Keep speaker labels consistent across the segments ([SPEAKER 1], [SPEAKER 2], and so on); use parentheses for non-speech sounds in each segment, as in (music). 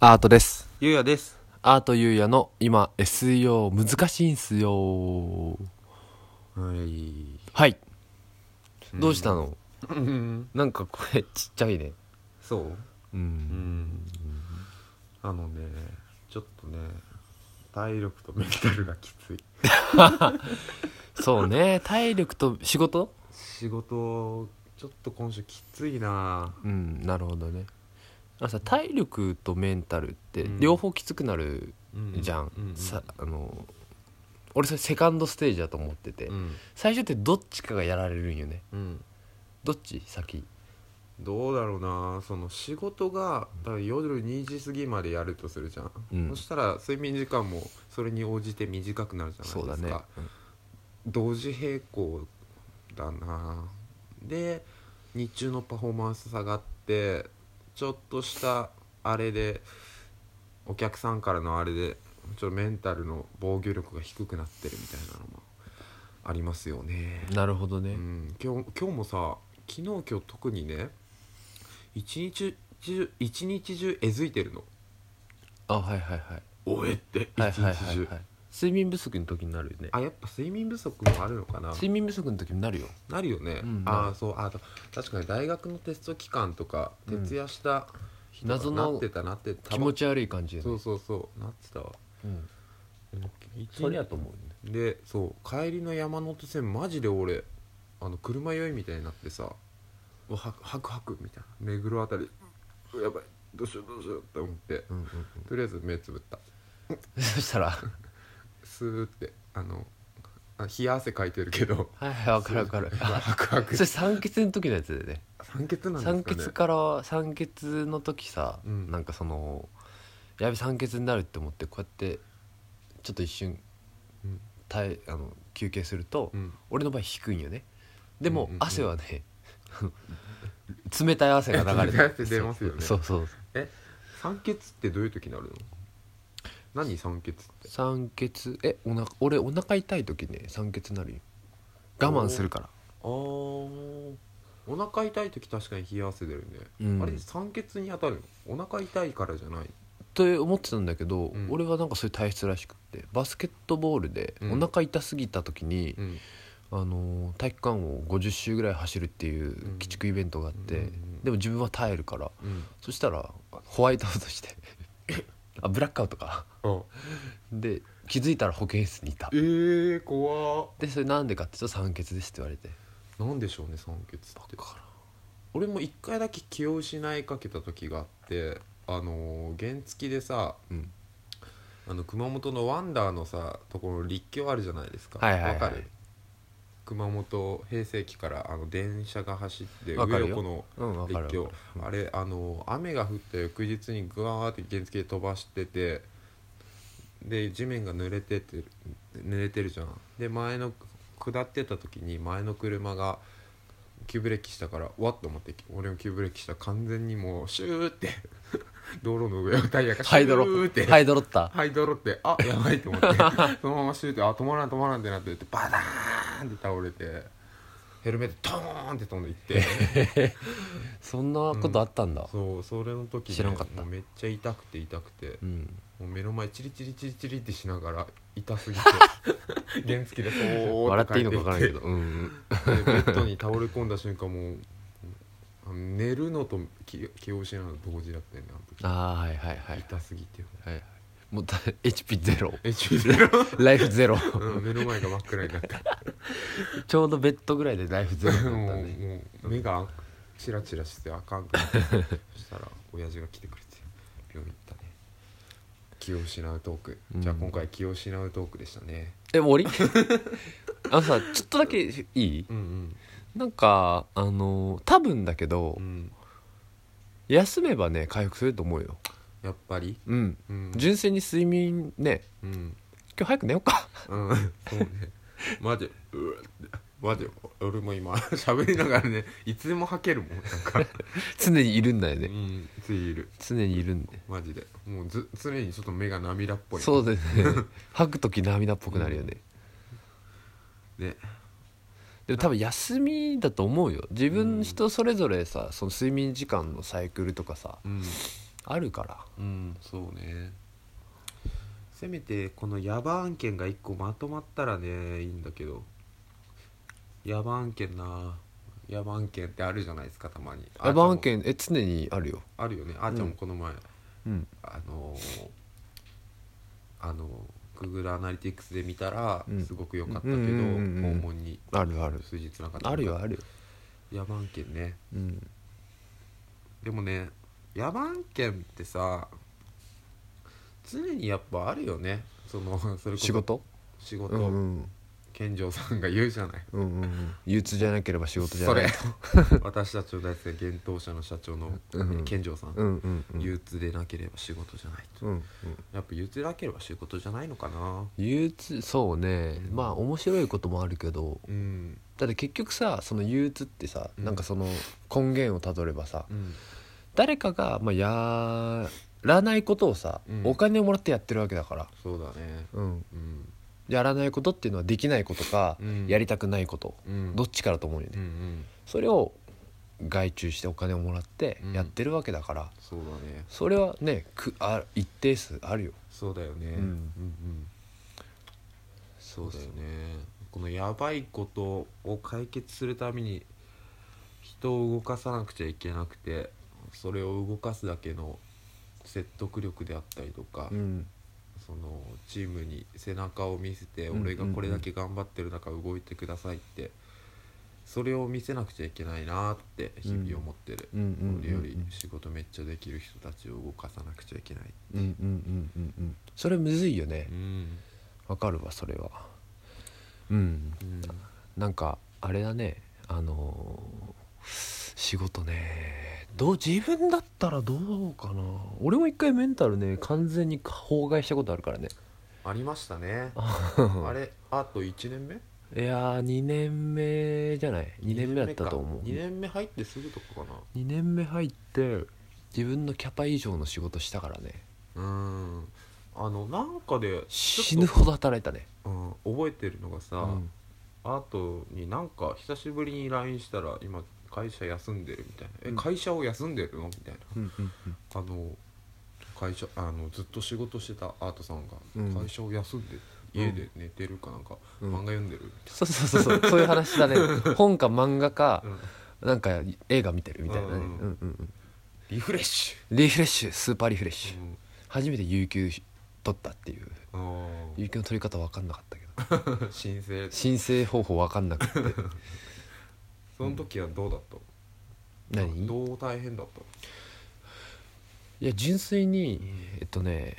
[SPEAKER 1] アートです。
[SPEAKER 2] ゆうやです。
[SPEAKER 1] アートゆうやの今 SEO 難しいんすよ。
[SPEAKER 2] はい。
[SPEAKER 1] はい。どうしたの、
[SPEAKER 2] うん。
[SPEAKER 1] なんかこれちっちゃいね。
[SPEAKER 2] そう
[SPEAKER 1] う。
[SPEAKER 2] うんん。あのね、ちょっとね、体力とメンタルがきつい。
[SPEAKER 1] そうね。体力と仕事
[SPEAKER 2] 仕事、ちょっと今週きついな
[SPEAKER 1] うん、なるほどね。あさ体力とメンタルって
[SPEAKER 2] うん
[SPEAKER 1] 両方きつくなるじゃん。
[SPEAKER 2] うう
[SPEAKER 1] さあの俺それセカンドステージだと思ってて、
[SPEAKER 2] うん。
[SPEAKER 1] 最初ってどっちかがやられるんよね。
[SPEAKER 2] うん。
[SPEAKER 1] どっち先
[SPEAKER 2] どうだろうなその仕事が多分夜2時過ぎまでやるとするじゃん、
[SPEAKER 1] うん
[SPEAKER 2] そしたら睡眠時間もそれに応じて短くなるじゃないですか
[SPEAKER 1] そうだね。うん
[SPEAKER 2] 同時並行だなで日中のパフォーマンス下がってちょっとしたあれでお客さんからのあれでちょっとメンタルの防御力が低くなってるみたいなのもありますよね、
[SPEAKER 1] なるほどね。
[SPEAKER 2] うん、今日今日もさ昨日今日特にね一日中一日中えずいてるの
[SPEAKER 1] あ、はいはいはい。
[SPEAKER 2] おえって一
[SPEAKER 1] はいはい
[SPEAKER 2] 日
[SPEAKER 1] はい、
[SPEAKER 2] 中
[SPEAKER 1] はい、睡眠不足の時になるよね
[SPEAKER 2] あやっぱ睡眠不足もあるのかな
[SPEAKER 1] 睡眠不足の時になるよ
[SPEAKER 2] なるよね、
[SPEAKER 1] うんな
[SPEAKER 2] あ
[SPEAKER 1] る
[SPEAKER 2] あそうあと確かに大学のテスト期間とか
[SPEAKER 1] うん
[SPEAKER 2] 徹夜した日とか
[SPEAKER 1] 謎
[SPEAKER 2] な
[SPEAKER 1] の
[SPEAKER 2] ってたなってた
[SPEAKER 1] 気持ち悪い感じで、ね、
[SPEAKER 2] そうそうそうなってたわ
[SPEAKER 1] うん、
[SPEAKER 2] 一日
[SPEAKER 1] それやと思うよね
[SPEAKER 2] でそう帰りの山手線マジで俺あの車酔いみたいになってさうわはくはくはくみたいな目黒あたりうわやばいどうしようどうしようって思って
[SPEAKER 1] うんうんうん、
[SPEAKER 2] とりあえず目つぶった
[SPEAKER 1] そしたらは
[SPEAKER 2] スーってあのあ冷や汗かいてるけど
[SPEAKER 1] いはい分かる分かる
[SPEAKER 2] うわ (laughs) はくはく
[SPEAKER 1] それ酸欠の時のやつでね
[SPEAKER 2] 酸欠なんですか
[SPEAKER 1] 酸
[SPEAKER 2] ね
[SPEAKER 1] 欠から酸欠の時さ、
[SPEAKER 2] うん
[SPEAKER 1] なんかそのやべ酸欠になるって思ってこうやってちょっと一瞬
[SPEAKER 2] うん
[SPEAKER 1] 耐えあの休憩すると、
[SPEAKER 2] うん
[SPEAKER 1] 俺の場合低いんよねでも、
[SPEAKER 2] うんうんうん
[SPEAKER 1] 汗はね冷たい汗が流れて
[SPEAKER 2] (laughs) 冷たい汗出ますよね
[SPEAKER 1] そうそうそう
[SPEAKER 2] え酸欠ってどういう時になるの何酸欠って
[SPEAKER 1] 酸欠えおな俺お腹痛い時ね酸欠になるよ我慢するから
[SPEAKER 2] あお腹痛い時確かに冷や汗出るね、
[SPEAKER 1] うん
[SPEAKER 2] あれ酸欠に当たるのお腹痛いからじゃな
[SPEAKER 1] っ
[SPEAKER 2] い
[SPEAKER 1] て思ってたんだけど、
[SPEAKER 2] うん
[SPEAKER 1] 俺はなんかそういう体質らしくってバスケットボールで
[SPEAKER 2] うん
[SPEAKER 1] お腹痛すぎた時に、
[SPEAKER 2] ん
[SPEAKER 1] あのー体育館を50周ぐらい走るっていう
[SPEAKER 2] うん
[SPEAKER 1] 鬼畜イベントがあって、
[SPEAKER 2] うんうんうん
[SPEAKER 1] でも自分は耐えるから
[SPEAKER 2] うん
[SPEAKER 1] そしたらホワイトアウトして
[SPEAKER 2] (laughs)
[SPEAKER 1] あブラックアウトか
[SPEAKER 2] あ
[SPEAKER 1] で気づいたら保健室にいた
[SPEAKER 2] えー、怖
[SPEAKER 1] でそれなんでかって言ったら酸欠ですって言われて
[SPEAKER 2] なんでしょうね酸欠って俺も一回だけ気を失いかけた時があってあのー原付でさ
[SPEAKER 1] うん
[SPEAKER 2] あの熊本のワンダーのさところの立教あるじゃないですか
[SPEAKER 1] はいはいはい
[SPEAKER 2] わかる熊本平成期からあの電車が走って
[SPEAKER 1] わか
[SPEAKER 2] 上
[SPEAKER 1] るよ
[SPEAKER 2] 横の
[SPEAKER 1] うんわかる
[SPEAKER 2] 立
[SPEAKER 1] わか
[SPEAKER 2] 教
[SPEAKER 1] る
[SPEAKER 2] あれあの雨が降った翌日にグワーって原付で飛ばしててで地面が濡れてて濡れてるじゃんで前の下ってた時に前の車が急ブレーキしたからうわっと思って俺も急ブレーキしたら完全にもうシューって (laughs) 道路の上をタイヤがシ
[SPEAKER 1] ハイ
[SPEAKER 2] ュ
[SPEAKER 1] ドロ
[SPEAKER 2] ーって
[SPEAKER 1] ハイドロった
[SPEAKER 2] ハイドロってあやばいと
[SPEAKER 1] (laughs)
[SPEAKER 2] 思ってそのままシューってあ止まらん止まらんってなってバターンって倒れてヘルメットトーンって飛んで
[SPEAKER 1] (laughs)
[SPEAKER 2] いって。
[SPEAKER 1] そんなことあったんだ
[SPEAKER 2] そうそれの時、ね、
[SPEAKER 1] 知らんかった
[SPEAKER 2] もうめっちゃ痛くて痛くて、
[SPEAKER 1] うん
[SPEAKER 2] もう目の前チリチリチリチリってしながら痛
[SPEAKER 1] (laughs)
[SPEAKER 2] すぎて原付でこう
[SPEAKER 1] 笑っていいのか分からないけど
[SPEAKER 2] 帰
[SPEAKER 1] うん
[SPEAKER 2] ってきてでベッドに倒れ込んだ瞬間もうあの寝るのと気気を失うのと同時だったよねあの
[SPEAKER 1] ああはいはいはい
[SPEAKER 2] 時痛すぎてよ
[SPEAKER 1] はいはいもうだ HP ゼロ (laughs)
[SPEAKER 2] えちょっと寝ろ
[SPEAKER 1] ライフゼロ (laughs)
[SPEAKER 2] うん目の前が真っ暗になった
[SPEAKER 1] ちょうどベッドぐらいでライフゼロだった
[SPEAKER 2] もう
[SPEAKER 1] ね
[SPEAKER 2] もう目がチラチラしてあかんくなってそしたら親父が来てくれて病院行ったね気を失うトーク、
[SPEAKER 1] うん
[SPEAKER 2] じゃあ今回気を失うトークでしたね
[SPEAKER 1] え終わり (laughs) あのさちょっとだけいい
[SPEAKER 2] うん
[SPEAKER 1] なんかあのー多分だけど
[SPEAKER 2] うんうん
[SPEAKER 1] 休めばね回復すると思うよ
[SPEAKER 2] やっぱり
[SPEAKER 1] うん
[SPEAKER 2] うん
[SPEAKER 1] 純粋に睡眠ね
[SPEAKER 2] うん、
[SPEAKER 1] 今日早く寝ようか (laughs)
[SPEAKER 2] うん、 (laughs) そうねマジうわマジ俺も今 (laughs) 喋りながらねいつでも吐けるもんなん
[SPEAKER 1] (laughs)
[SPEAKER 2] か、
[SPEAKER 1] 常にいるんだよ
[SPEAKER 2] う
[SPEAKER 1] ね
[SPEAKER 2] ん、ついいる
[SPEAKER 1] 常にいるんで
[SPEAKER 2] マジでもうず常にちょっと目が涙っぽい
[SPEAKER 1] そうですね (laughs) 吐く時涙っぽくなるよね、
[SPEAKER 2] ね
[SPEAKER 1] でも多分休みだと思うよ自分人それぞれさその睡眠時間のサイクルとかさ
[SPEAKER 2] うん
[SPEAKER 1] あるから
[SPEAKER 2] うんそうねせめてこのヤバ案件が1個まとまったらねいいんだけどヤバ案件なヤバ案件ってあるじゃないですかたまに
[SPEAKER 1] ヤバ案
[SPEAKER 2] あーちゃん
[SPEAKER 1] 件
[SPEAKER 2] も
[SPEAKER 1] え常にあるよ
[SPEAKER 2] あるよねあーちゃん
[SPEAKER 1] うん
[SPEAKER 2] もこの前、
[SPEAKER 1] うん
[SPEAKER 2] あのーあのー Google アナリティクスで見たら
[SPEAKER 1] うん
[SPEAKER 2] すごく良かったけど、
[SPEAKER 1] うんうんうんうん
[SPEAKER 2] 訪問に
[SPEAKER 1] あるある
[SPEAKER 2] 数日なかった
[SPEAKER 1] あるよあるよ
[SPEAKER 2] ヤバ案件ね
[SPEAKER 1] うん
[SPEAKER 2] でもね野蛮犬ってさ常にやっぱあるよねそのそれこそ
[SPEAKER 1] 仕事
[SPEAKER 2] 仕事、
[SPEAKER 1] うんうん
[SPEAKER 2] 健丈さんが言うじゃない
[SPEAKER 1] うんうんうん憂鬱じゃなければ仕事じゃ
[SPEAKER 2] そ
[SPEAKER 1] ない
[SPEAKER 2] れ私たちの大好きな幻冬舎の社長の
[SPEAKER 1] うんうん
[SPEAKER 2] 健丈さん、
[SPEAKER 1] うんうんうん
[SPEAKER 2] 憂鬱でなければ仕事じゃないと、
[SPEAKER 1] うんうん
[SPEAKER 2] やっぱ憂鬱でなければ仕事じゃないのかな
[SPEAKER 1] 憂鬱そうねまあ面白いこともあるけど
[SPEAKER 2] うん
[SPEAKER 1] だって結局さその憂鬱ってさ、
[SPEAKER 2] うん
[SPEAKER 1] なんかその根源をたどればさ
[SPEAKER 2] うん
[SPEAKER 1] 誰かが、まあ、やらないことをさ、
[SPEAKER 2] うん
[SPEAKER 1] お金をもらってやってるわけだから、
[SPEAKER 2] そうだね
[SPEAKER 1] うん、
[SPEAKER 2] うん
[SPEAKER 1] やらないことっていうのはできないことか、
[SPEAKER 2] うん
[SPEAKER 1] やりたくないこと
[SPEAKER 2] うん
[SPEAKER 1] どっちかだと思うよね、
[SPEAKER 2] うんうん
[SPEAKER 1] それを外注してお金をもらって
[SPEAKER 2] うん
[SPEAKER 1] やってるわけだから、
[SPEAKER 2] そうだね
[SPEAKER 1] それはねくあ一定数あるよ
[SPEAKER 2] そうだよね、
[SPEAKER 1] うん
[SPEAKER 2] うんうんそうだよねこのやばいことを解決するために人を動かさなくちゃいけなくてそれを動かすだけの説得力であったりとか、
[SPEAKER 1] うん
[SPEAKER 2] そのチームに背中を見せて、
[SPEAKER 1] うん
[SPEAKER 2] 俺がこれだけ頑張ってる中動いてくださいってそれを見せなくちゃいけないなって日々思ってる、
[SPEAKER 1] うんうんうんうん
[SPEAKER 2] 俺より仕事めっちゃできる人たちを動かさなくちゃいけない、
[SPEAKER 1] うんうんうんうんうんそれむずいよね
[SPEAKER 2] うん
[SPEAKER 1] わかるわそれはうん
[SPEAKER 2] うん
[SPEAKER 1] なんかあれだねあのー仕事ねどう自分だったらどうかな俺も一回メンタルね完全に崩壊したことあるからね
[SPEAKER 2] ありましたねあ
[SPEAKER 1] あ
[SPEAKER 2] れあと1年目
[SPEAKER 1] れいやー2年目じゃない2年目だったと思う
[SPEAKER 2] 2年目入ってすぐとかか
[SPEAKER 1] 2年目入って自分のキャパ以上の仕事したからね
[SPEAKER 2] なうんあのなんかで
[SPEAKER 1] 死ぬほど働いたね
[SPEAKER 2] ど、うん、覚えてるのがさ、
[SPEAKER 1] うん
[SPEAKER 2] あとになんか久しぶりに LINE したら今会社休んでるみたいな「え
[SPEAKER 1] うん
[SPEAKER 2] 会社を休んでるの?」みたいな
[SPEAKER 1] うんうんうん
[SPEAKER 2] あの会社あのずっと仕事してたアートさんが
[SPEAKER 1] うん
[SPEAKER 2] 会社を休んで
[SPEAKER 1] うん
[SPEAKER 2] 家で寝てるかなんか
[SPEAKER 1] う
[SPEAKER 2] 漫
[SPEAKER 1] ん
[SPEAKER 2] 画読んでるみ
[SPEAKER 1] そうそうそうそうそういう話 (laughs) だね本か漫画か
[SPEAKER 2] たいな、うん
[SPEAKER 1] なんか映画見てるみたいなね、う
[SPEAKER 2] う
[SPEAKER 1] んん
[SPEAKER 2] うん
[SPEAKER 1] うんうん、
[SPEAKER 2] リフレッシ
[SPEAKER 1] リフレッシュスーパーリフレッシ
[SPEAKER 2] ュ、
[SPEAKER 1] ュ、
[SPEAKER 2] うん
[SPEAKER 1] 初めて有給取ったっていう
[SPEAKER 2] あー
[SPEAKER 1] 有給の取り方分かんなか
[SPEAKER 2] (laughs)
[SPEAKER 1] ったけど
[SPEAKER 2] 申請
[SPEAKER 1] 申請方法分かんなくて
[SPEAKER 2] (laughs) その時はどうだった、
[SPEAKER 1] 何い
[SPEAKER 2] どう大変だった
[SPEAKER 1] や純粋に
[SPEAKER 2] うん
[SPEAKER 1] えっとね、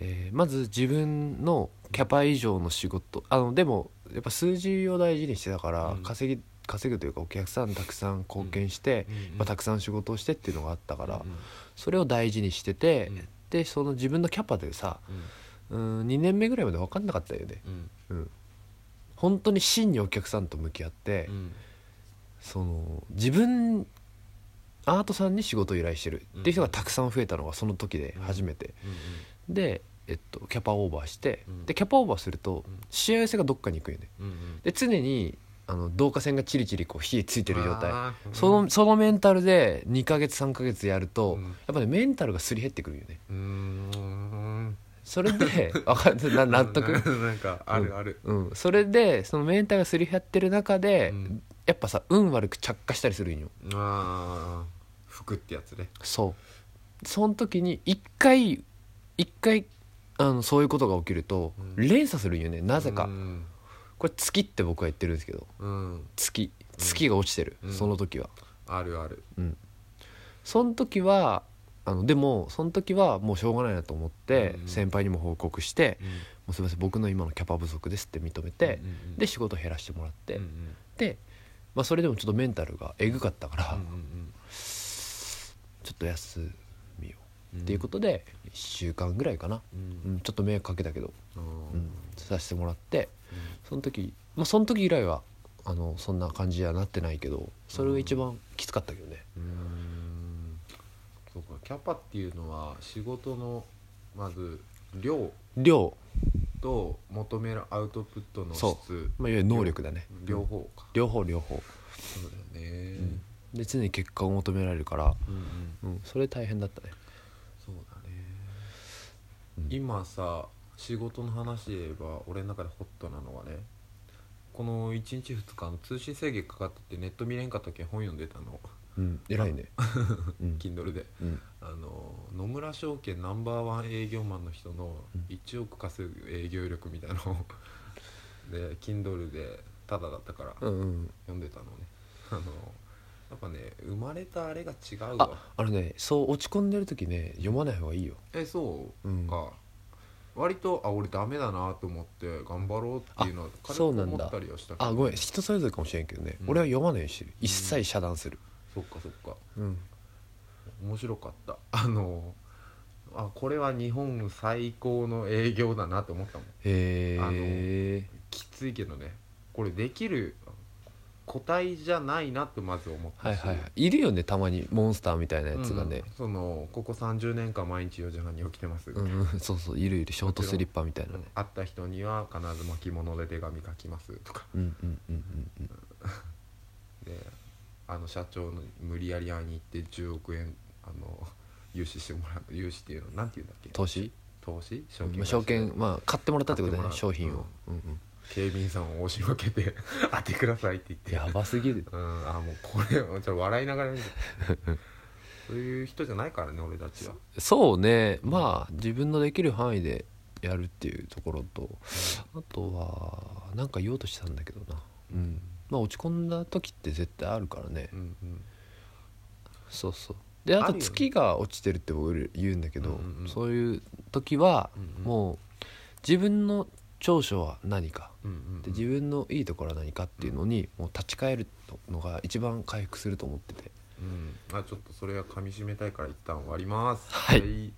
[SPEAKER 1] えーまず自分のキャパ以上の仕事あのでもやっぱ数字を大事にしてたから、
[SPEAKER 2] うん
[SPEAKER 1] 稼ぎ稼ぐというかお客さんにたくさん貢献して、まあ、た
[SPEAKER 2] く
[SPEAKER 1] くさん仕事をしてっていうのがあったから、
[SPEAKER 2] うん
[SPEAKER 1] それを大事にしてて、
[SPEAKER 2] うん
[SPEAKER 1] でその自分のキャパでさうん2年目ぐらいまで分かんなかったよね
[SPEAKER 2] うん
[SPEAKER 1] うん本当に真にお客さんと向き合って、
[SPEAKER 2] うん
[SPEAKER 1] その自分アートさんに仕事を依頼してるっていう人がたくさん増えたのがその時で初めて、で、えっと、キャパオーバーして、
[SPEAKER 2] うん
[SPEAKER 1] でキャパオーバーすると
[SPEAKER 2] うん
[SPEAKER 1] しわ寄せがどっかに行くよね
[SPEAKER 2] うんうんうん
[SPEAKER 1] で常にあの導火線がチリチリこう火ついてる状態
[SPEAKER 2] あー
[SPEAKER 1] そのそのメンタルで2ヶ月3ヶ月やると、
[SPEAKER 2] うん
[SPEAKER 1] やっぱねメンタルがすり減ってくるよね
[SPEAKER 2] うんうーん
[SPEAKER 1] それ
[SPEAKER 2] (laughs)
[SPEAKER 1] でわかるな納得
[SPEAKER 2] ななんかあるある
[SPEAKER 1] うん、それでそのメンタルがすり減ってる中で、
[SPEAKER 2] うん
[SPEAKER 1] やっぱさ運悪く着火したりするんよ
[SPEAKER 2] ああ服ってやつね
[SPEAKER 1] そうその時に一回一回あのそういうことが起きると、
[SPEAKER 2] うん
[SPEAKER 1] 連鎖するんよねなぜか、
[SPEAKER 2] うん
[SPEAKER 1] これ月って僕は言ってるんですけど
[SPEAKER 2] うん
[SPEAKER 1] 月月が落ちてる、
[SPEAKER 2] うん
[SPEAKER 1] その時は
[SPEAKER 2] あるある
[SPEAKER 1] うんその時はあのでもその時はもうしょうがないなと思って、
[SPEAKER 2] うん
[SPEAKER 1] 先輩にも報告して
[SPEAKER 2] うん
[SPEAKER 1] 「もうすいません僕の今のキャパ不足です」って認めて
[SPEAKER 2] うん、うん
[SPEAKER 1] で仕事を減らしてもらって、
[SPEAKER 2] うんうん
[SPEAKER 1] で、まあ、それでもちょっとメンタルがえぐかったから、
[SPEAKER 2] うんうん
[SPEAKER 1] ちょっと休みを
[SPEAKER 2] うん
[SPEAKER 1] っていうことで1週間ぐらいかな、
[SPEAKER 2] う
[SPEAKER 1] うんん、ちょっと迷惑かけたけど、
[SPEAKER 2] あ
[SPEAKER 1] う
[SPEAKER 2] ー
[SPEAKER 1] ん、させてもらってその時まあその時以来はあのそんな感じにはなってないけどそれが一番きつかったけどね、
[SPEAKER 2] うーんそうかキャパっていうのは仕事のまず量
[SPEAKER 1] 量、
[SPEAKER 2] と求めるアウトプットの
[SPEAKER 1] そ
[SPEAKER 2] 質
[SPEAKER 1] まあ、いわゆる能力だね
[SPEAKER 2] 両方か
[SPEAKER 1] 両方両方
[SPEAKER 2] そうだよね
[SPEAKER 1] で常に結果を求められるから、
[SPEAKER 2] うんうん
[SPEAKER 1] うん、それ大変だったね
[SPEAKER 2] 今さ仕事の話で言えば俺の中でホットなのはねこの1日2日の通信制限かかっててネット見れんかったけん本読んでたの
[SPEAKER 1] うん偉 (laughs) いねうん、
[SPEAKER 2] Kindle で
[SPEAKER 1] うん、
[SPEAKER 2] あの野村証券ナンバーワン営業マンの人の
[SPEAKER 1] うん
[SPEAKER 2] 1億稼ぐ営業力みたいなのを (laughs) で Kindle でタダだったから
[SPEAKER 1] うんうん
[SPEAKER 2] 読んでたのねあのやっぱね生まれたあれが違うわ
[SPEAKER 1] ああれねそう落ち込んでる時ね読まない方がいいよ
[SPEAKER 2] えそう、
[SPEAKER 1] うん
[SPEAKER 2] か割とあ俺ダメだなと思って頑張ろうっていうのは
[SPEAKER 1] あ
[SPEAKER 2] 軽く
[SPEAKER 1] そうなん
[SPEAKER 2] 思
[SPEAKER 1] だ
[SPEAKER 2] ったりはしたけど
[SPEAKER 1] あごめん人それぞれかもしれんけどね、
[SPEAKER 2] うん
[SPEAKER 1] 俺は読まないようにしてる一切遮断する
[SPEAKER 2] そっかそっか
[SPEAKER 1] うん
[SPEAKER 2] 面白かったあのあこれは日本最高の営業だなと思ったもん
[SPEAKER 1] へえ
[SPEAKER 2] きついけどねこれできる個体じゃないなってまず思った
[SPEAKER 1] はい
[SPEAKER 2] し
[SPEAKER 1] はいはいいるよねたまにモンスターみたいなやつがね
[SPEAKER 2] うん、そのここ30年間毎日4時半に起きてます、
[SPEAKER 1] うん、うん、そうそういるいるショートスリッパみたいなね
[SPEAKER 2] 会った人には必ず巻物で手紙書きますとか
[SPEAKER 1] うんうんうんうんうん
[SPEAKER 2] であの社長の無理やり会いに行って10億円あの融資してもらう融資っていうのなんていうんだっけ
[SPEAKER 1] 投資
[SPEAKER 2] 投資証
[SPEAKER 1] ま
[SPEAKER 2] 券
[SPEAKER 1] あ証券まあ買ってもらったってことだよね
[SPEAKER 2] 買
[SPEAKER 1] 商
[SPEAKER 2] っても
[SPEAKER 1] 品
[SPEAKER 2] ら
[SPEAKER 1] を
[SPEAKER 2] う、
[SPEAKER 1] うんうん
[SPEAKER 2] 警備員さんを押し分けて (laughs) 当てくださいって言って
[SPEAKER 1] やばすぎる
[SPEAKER 2] うんあもうこれち (laughs) ょっと笑いながら見てそういう人じゃないからね俺たちは、
[SPEAKER 1] そうねまあ自分のできる範囲でやるっていうところとあとはなんか言おうとしたんだけどなうんまあ落ち込んだ時って絶対あるからね
[SPEAKER 2] うんうん
[SPEAKER 1] そうそうであ
[SPEAKER 2] ある
[SPEAKER 1] と
[SPEAKER 2] よね
[SPEAKER 1] 月が落ちてるって僕言うんだけど、
[SPEAKER 2] うんうんうん
[SPEAKER 1] そういう時は
[SPEAKER 2] うんうん
[SPEAKER 1] もう自分の長所は何か
[SPEAKER 2] うんうん
[SPEAKER 1] で自分のいいところは何かっていうのにもう立ち返るのが一番回復すると思ってて
[SPEAKER 2] うん、あちょっとそれは噛み締めたいから一旦終わります
[SPEAKER 1] はい
[SPEAKER 2] い